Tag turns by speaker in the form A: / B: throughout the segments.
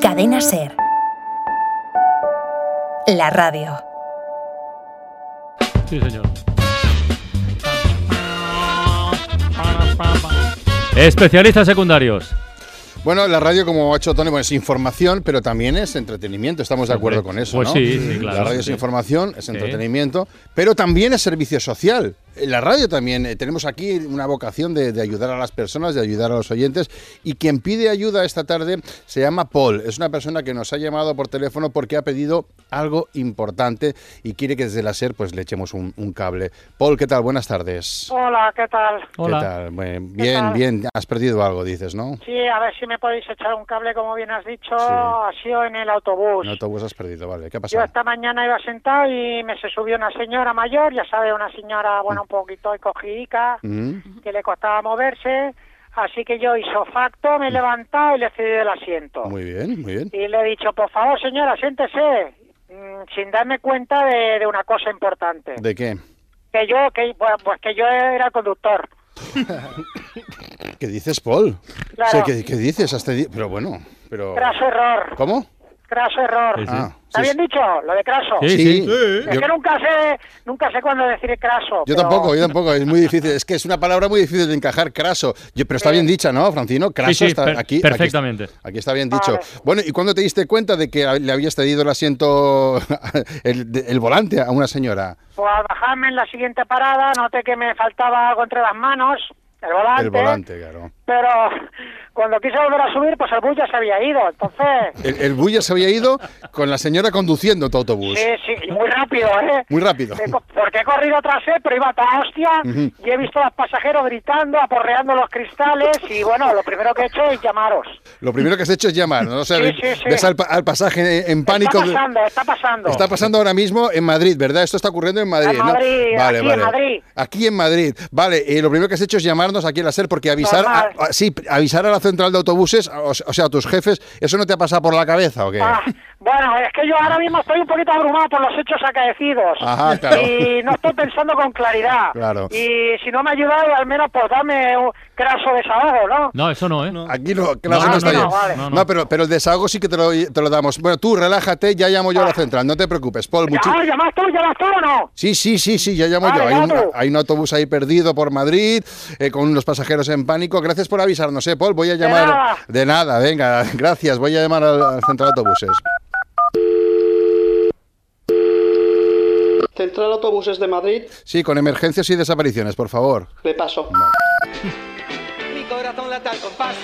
A: Cadena Ser. La radio.
B: Sí, señor. Especialistas secundarios.
C: Bueno, la radio, como ha hecho Tony, bueno, es información, pero también es entretenimiento. Estamos de acuerdo con eso,
B: Pues
C: ¿no?
B: sí, sí, claro,
C: La radio es
B: sí.
C: información, es entretenimiento, pero también es servicio social. La radio también, eh, tenemos aquí una vocación de, de ayudar a las personas, de ayudar a los oyentes. Y quien pide ayuda esta tarde se llama Paul. Es una persona que nos ha llamado por teléfono porque ha pedido algo importante y quiere que desde la SER pues, le echemos un, un cable. Paul, ¿qué tal? Buenas tardes.
D: Hola, ¿qué tal?
B: Hola.
C: ¿Qué tal? Bien,
D: ¿Qué
C: bien,
D: tal?
C: bien. Has perdido algo, dices, ¿no?
D: Sí, a ver si me podéis echar un cable, como bien has dicho,
C: Sí.
D: ha sido en el autobús.
C: En autobús has perdido, vale. ¿Qué ha
D: Pues Yo
C: pasado?
D: esta mañana iba sentado y me se subió una señora mayor, ya sabe, una señora, bueno, un poquito encogidica,
C: Mm.
D: que le costaba moverse, así que yo hizo facto,
B: Mm.
D: me he levantado y le cedí el asiento.
C: Muy bien, muy bien.
D: Y le he dicho, por favor, señora, siéntese, mm, sin darme cuenta de, de una cosa importante.
C: ¿De qué?
D: Que yo, que, bueno, pues que yo era el conductor.
B: Oh.
C: ¿Qué dices, Paul?
D: Claro.
C: O sea, ¿qué, qué dices? Has tenido- Pero bueno, pero...
D: Craso error,
C: ¿Cómo?
D: craso error.
B: Sí, sí.
C: Ah,
D: ¿Está bien dicho? Lo de craso.
B: Sí, sí.
C: Yo,
D: Es que nunca sé, nunca sé cuándo decir craso.
C: yo
D: pero-
C: tampoco, yo tampoco. Es muy difícil. Es que es una palabra muy difícil de encajar, craso. Yo, pero está bien dicha, ¿no, Francino? Craso
B: sí,
C: está
B: per-
C: aquí.
B: perfectamente.
C: Aquí, aquí está bien dicho.
D: Vale.
C: Bueno, ¿y cuándo te diste cuenta de que le habías cedido el asiento, el, de- el volante a una señora?
D: Pues al bajarme en la siguiente parada noté que me faltaba algo entre las manos, el volante.
C: El volante, claro.
D: Pero cuando quise volver a subir, pues el bus ya se había ido. Entonces,
C: El, el bulla se había ido con la señora conduciendo tu autobús.
D: sí, sí, y muy rápido, ¿eh?
C: Pues Muy rápido.
D: He co- Porque he corrido tras él, pero iba a toda hostia
C: Ujú.
D: y he visto a los pasajeros gritando, aporreando los cristales y bueno, lo primero que he hecho es llamaros.
C: Lo primero que has hecho es llamar, ¿no? O sea,
D: Sí,
C: ve-
D: sí, sí.
C: ves al, pa- al pasaje en pánico.
D: Está pasando, está pasando.
C: Está pasando ahora mismo en Madrid, ¿verdad? Esto está ocurriendo en Madrid,
D: En
C: ¿no?
D: Madrid, aquí en Madrid.
C: Aquí en Madrid. Vale, eh, lo primero que has hecho es llamarnos aquí a la SER porque avisar a,
D: Normal.
C: a- sí, avisar a la central de autobuses, o, se- o sea, a tus jefes, ¿eso no te ha pasado por la cabeza o qué?
D: Ah, bueno, es que yo ahora mismo estoy un poquito abrumado por los hechos acaecidos.
C: Ajá, claro.
D: Y no estoy pensando con claridad.
C: Claro.
D: Y si no me ayudáis, al menos pues dame un craso desahogo, ¿no?
B: No, eso no, ¿eh?
C: Aquí no, claro,
B: No,
C: no,
B: no,
C: está
D: no,
C: bien.
D: vale.
B: No, no.
C: pero, pero el desahogo sí que te lo, te lo damos. Bueno, tú relájate, ya llamo yo a la central, no te preocupes, Paul. muchi-
D: Ah, ¿Llamas tú? ¿Llamas tú o no?
C: Sí, sí, sí, sí, ya llamo
D: Vale,
C: yo. Hay un,
D: llamo.
C: hay un autobús ahí perdido por Madrid, eh, con los pasajeros en pánico. Gracias por avisarnos, eh, Paul. Voy a llamar.
D: nada.
C: De nada, venga, gracias. Voy a llamar al, al central de autobuses.
E: Central Autobuses de Madrid,
C: Sí, con emergencias y desapariciones, por favor.
E: le paso.
F: Mi corazón lata al compás.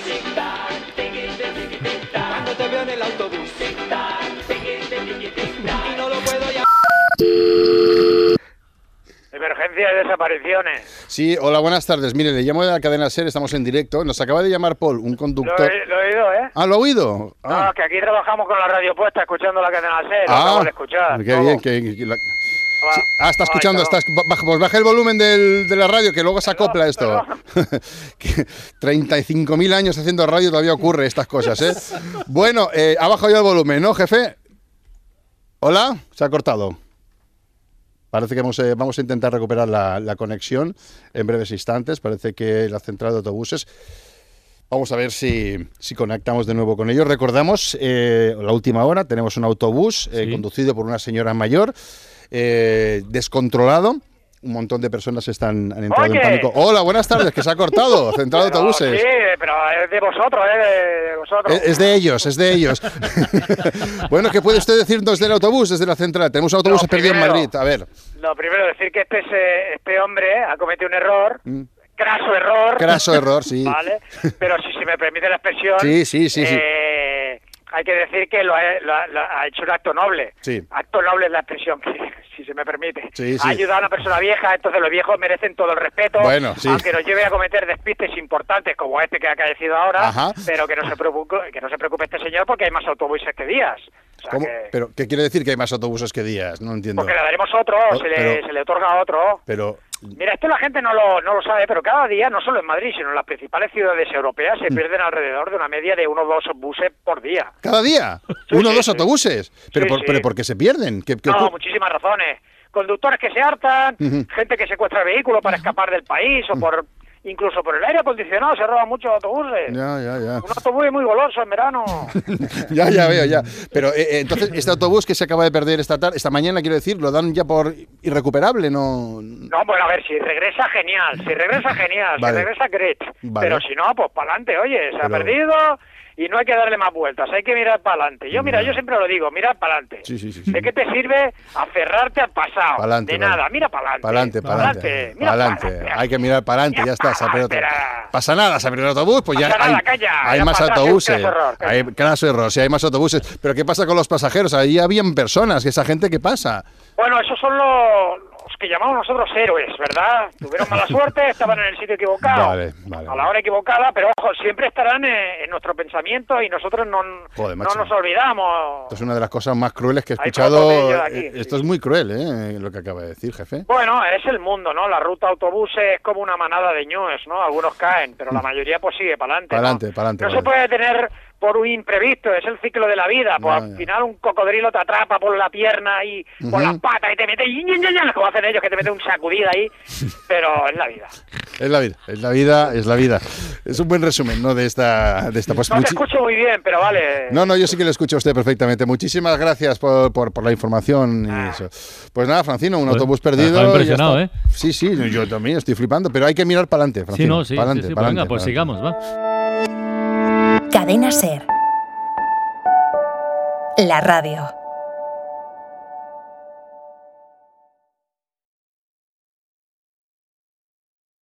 F: Cuando te veo en el autobús. Y no lo puedo ya.
D: Emergencia de desapariciones.
C: Sí, hola, buenas tardes. Mire, le llamo de la cadena SER, estamos en directo. Nos acaba de llamar Paul, un conductor.
D: he oído, ¿eh?
C: Ah, ¿lo ha oído? Ah,
D: que aquí trabajamos con la radio puesta, escuchando la cadena ser.
C: Ah, Qué bien, que. que la- Sí, Ah, está escuchando, está, baja, pues baja el volumen del- de la radio, que luego se acopla esto. Que 35.000 años haciendo radio todavía ocurre estas cosas, ¿eh? Bueno, eh, ha bajado ya el volumen, ¿no, jefe? ¿Hola? Se ha cortado. Parece que hemos, eh, vamos a intentar recuperar la, la conexión en breves instantes. Parece que la central de autobuses... Vamos a ver si, si conectamos de nuevo con ellos. Recordamos, eh, la última hora tenemos un autobús eh,
B: Sí.
C: conducido por una señora mayor, eh, descontrolado. Un montón de personas están, han entrado
D: Oye.
C: en pánico. Hola, buenas tardes, que se ha cortado. Central de autobuses.
D: pero es de vosotros, ¿eh? De vosotros.
C: Es es de ellos, es de ellos. bueno, ¿qué puede usted decirnos del autobús desde la central? Tenemos autobuses
D: Lo
C: perdidos en
D: primero.
C: Madrid. A ver,
D: Lo primero, decir que este, se- este hombre ha cometido un error, craso error,
C: Mm. craso error, sí.
D: ¿vale? Pero si se me permite la expresión,
C: Sí, sí, sí, sí.
D: eh, hay que decir que lo ha, lo ha- lo ha hecho un acto noble.
C: Sí.
D: Acto noble es la expresión, que, si se me permite.
C: Sí, sí.
D: Ha ayudado a una persona vieja, entonces los viejos merecen todo el respeto,
C: Bueno, sí.
D: aunque nos lleve a cometer despistes importantes como este que ha caecido ahora,
C: Ajá.
D: pero que no, se preocupe, que no se preocupe este señor porque hay más autobuses que días. O sea
C: ¿Cómo?
D: que-
C: ¿Pero qué quiere decir que hay más autobuses que días? No entiendo.
D: porque le daremos otro,
C: Oh,
D: se, le,
C: pero-
D: se le otorga otro.
C: Pero
D: Mira, esto la gente no lo, no lo sabe, pero cada día, no solo en Madrid, sino en las principales ciudades europeas, se pierden alrededor de una media de uno o dos buses por día.
C: cada día,
D: Sí,
C: uno o
D: sí,
C: dos
D: sí.
C: autobuses. Pero,
D: Sí,
C: por,
D: sí.
C: pero ¿por qué se pierden? ¿Qué- qué
D: No,
C: ocurre?
D: muchísimas razones. Conductores que se hartan, gente que secuestra vehículos para escapar del país o por Incluso por el aire acondicionado se roban muchos autobuses.
C: Ya, ya, ya.
D: Un autobús muy goloso en verano.
C: ya, ya veo, ya. Pero eh, eh, entonces, este autobús que se acaba de perder esta tarde, esta mañana, quiero decir, lo dan ya por irrecuperable, ¿no?
D: No, bueno, a ver, si regresa, genial. Si regresa, genial.
C: Vale.
D: Si regresa, great.
C: Vale.
D: Pero si no, pues para adelante, oye, se ha
C: Pero-
D: perdido y no hay que darle más vueltas. Hay que mirar para adelante. Yo, mira, yo siempre lo digo, mira para adelante.
C: Sí, sí, sí. sí.
D: ¿De qué te sirve aferrarte al pasado?
C: Pa'lante,
D: Ah,
C: pa'lante.
D: de nada, mira para
C: Pa'lante,
D: adelante.
C: pa'lante. Pa'lante. Hay que mirar para adelante, ya está, se ha perdido otro- Pasa nada, se ha perdido el autobús, pues ya
D: Pasa
C: hay,
D: nada, calla,
C: hay
D: ya
C: más
D: para atrás,
C: autobuses.
D: es un caso error, calla.
C: hay caso error, sí, hay más autobuses. Pero ¿qué pasa con los pasajeros? Ahí habían personas, que esa gente que pasa.
D: Bueno, esos son los, los que llamamos nosotros héroes, ¿verdad? Tuvieron mala suerte, estaban en el sitio equivocado,
C: Vale, vale,
D: a
C: vale.
D: la hora equivocada, pero ojo, siempre estarán eh, en nuestro pensamiento y nosotros no,
C: Joder,
D: no
C: macho.
D: nos olvidamos.
C: Esto es una de las cosas más crueles que he
D: Hay
C: escuchado.
D: fotos de ello aquí,
C: Eh, Esto
D: sí.
C: es muy cruel, ¿eh? Lo que acaba de decir, jefe.
D: Bueno, es el mundo, ¿no? La ruta autobuses es como una manada de ñues, ¿no? Algunos caen, pero la mayoría pues sigue para adelante.
C: Pa'lante, pa'lante,
D: No
C: vale.
D: se puede tener por un imprevisto, es el ciclo de la vida. Pues
C: Ya, ya.
D: al final un cocodrilo te atrapa por la pierna y por
C: Ujú.
D: las patas y te mete, y, y, y, y, como hacen ellos, que te mete un sacudida ahí, pero es la vida.
C: Es la vida, es la vida, es la vida. Es un buen resumen, ¿no? De esta, de esta pues,
D: No te
C: muchi-
D: escucho muy bien, pero vale.
C: No, no, yo sí que lo escucho a usted perfectamente. Muchísimas gracias por, por- por la información y eso. Pues nada, Francino, un
B: Joder,
C: autobús
B: me ha
C: perdido.
B: dejado
C: y ya
B: Ah. impresionado,
C: está.
B: ¿eh?
C: Sí, sí, yo- yo también estoy flipando, pero hay que mirar para adelante,
B: Sí,
C: Francino.
B: no, sí,
C: pa'lante,
B: sí, sí, pues
C: pa'lante,
B: venga, pues
C: pa'lante.
B: sigamos, va.
A: Cadena Ser. La radio.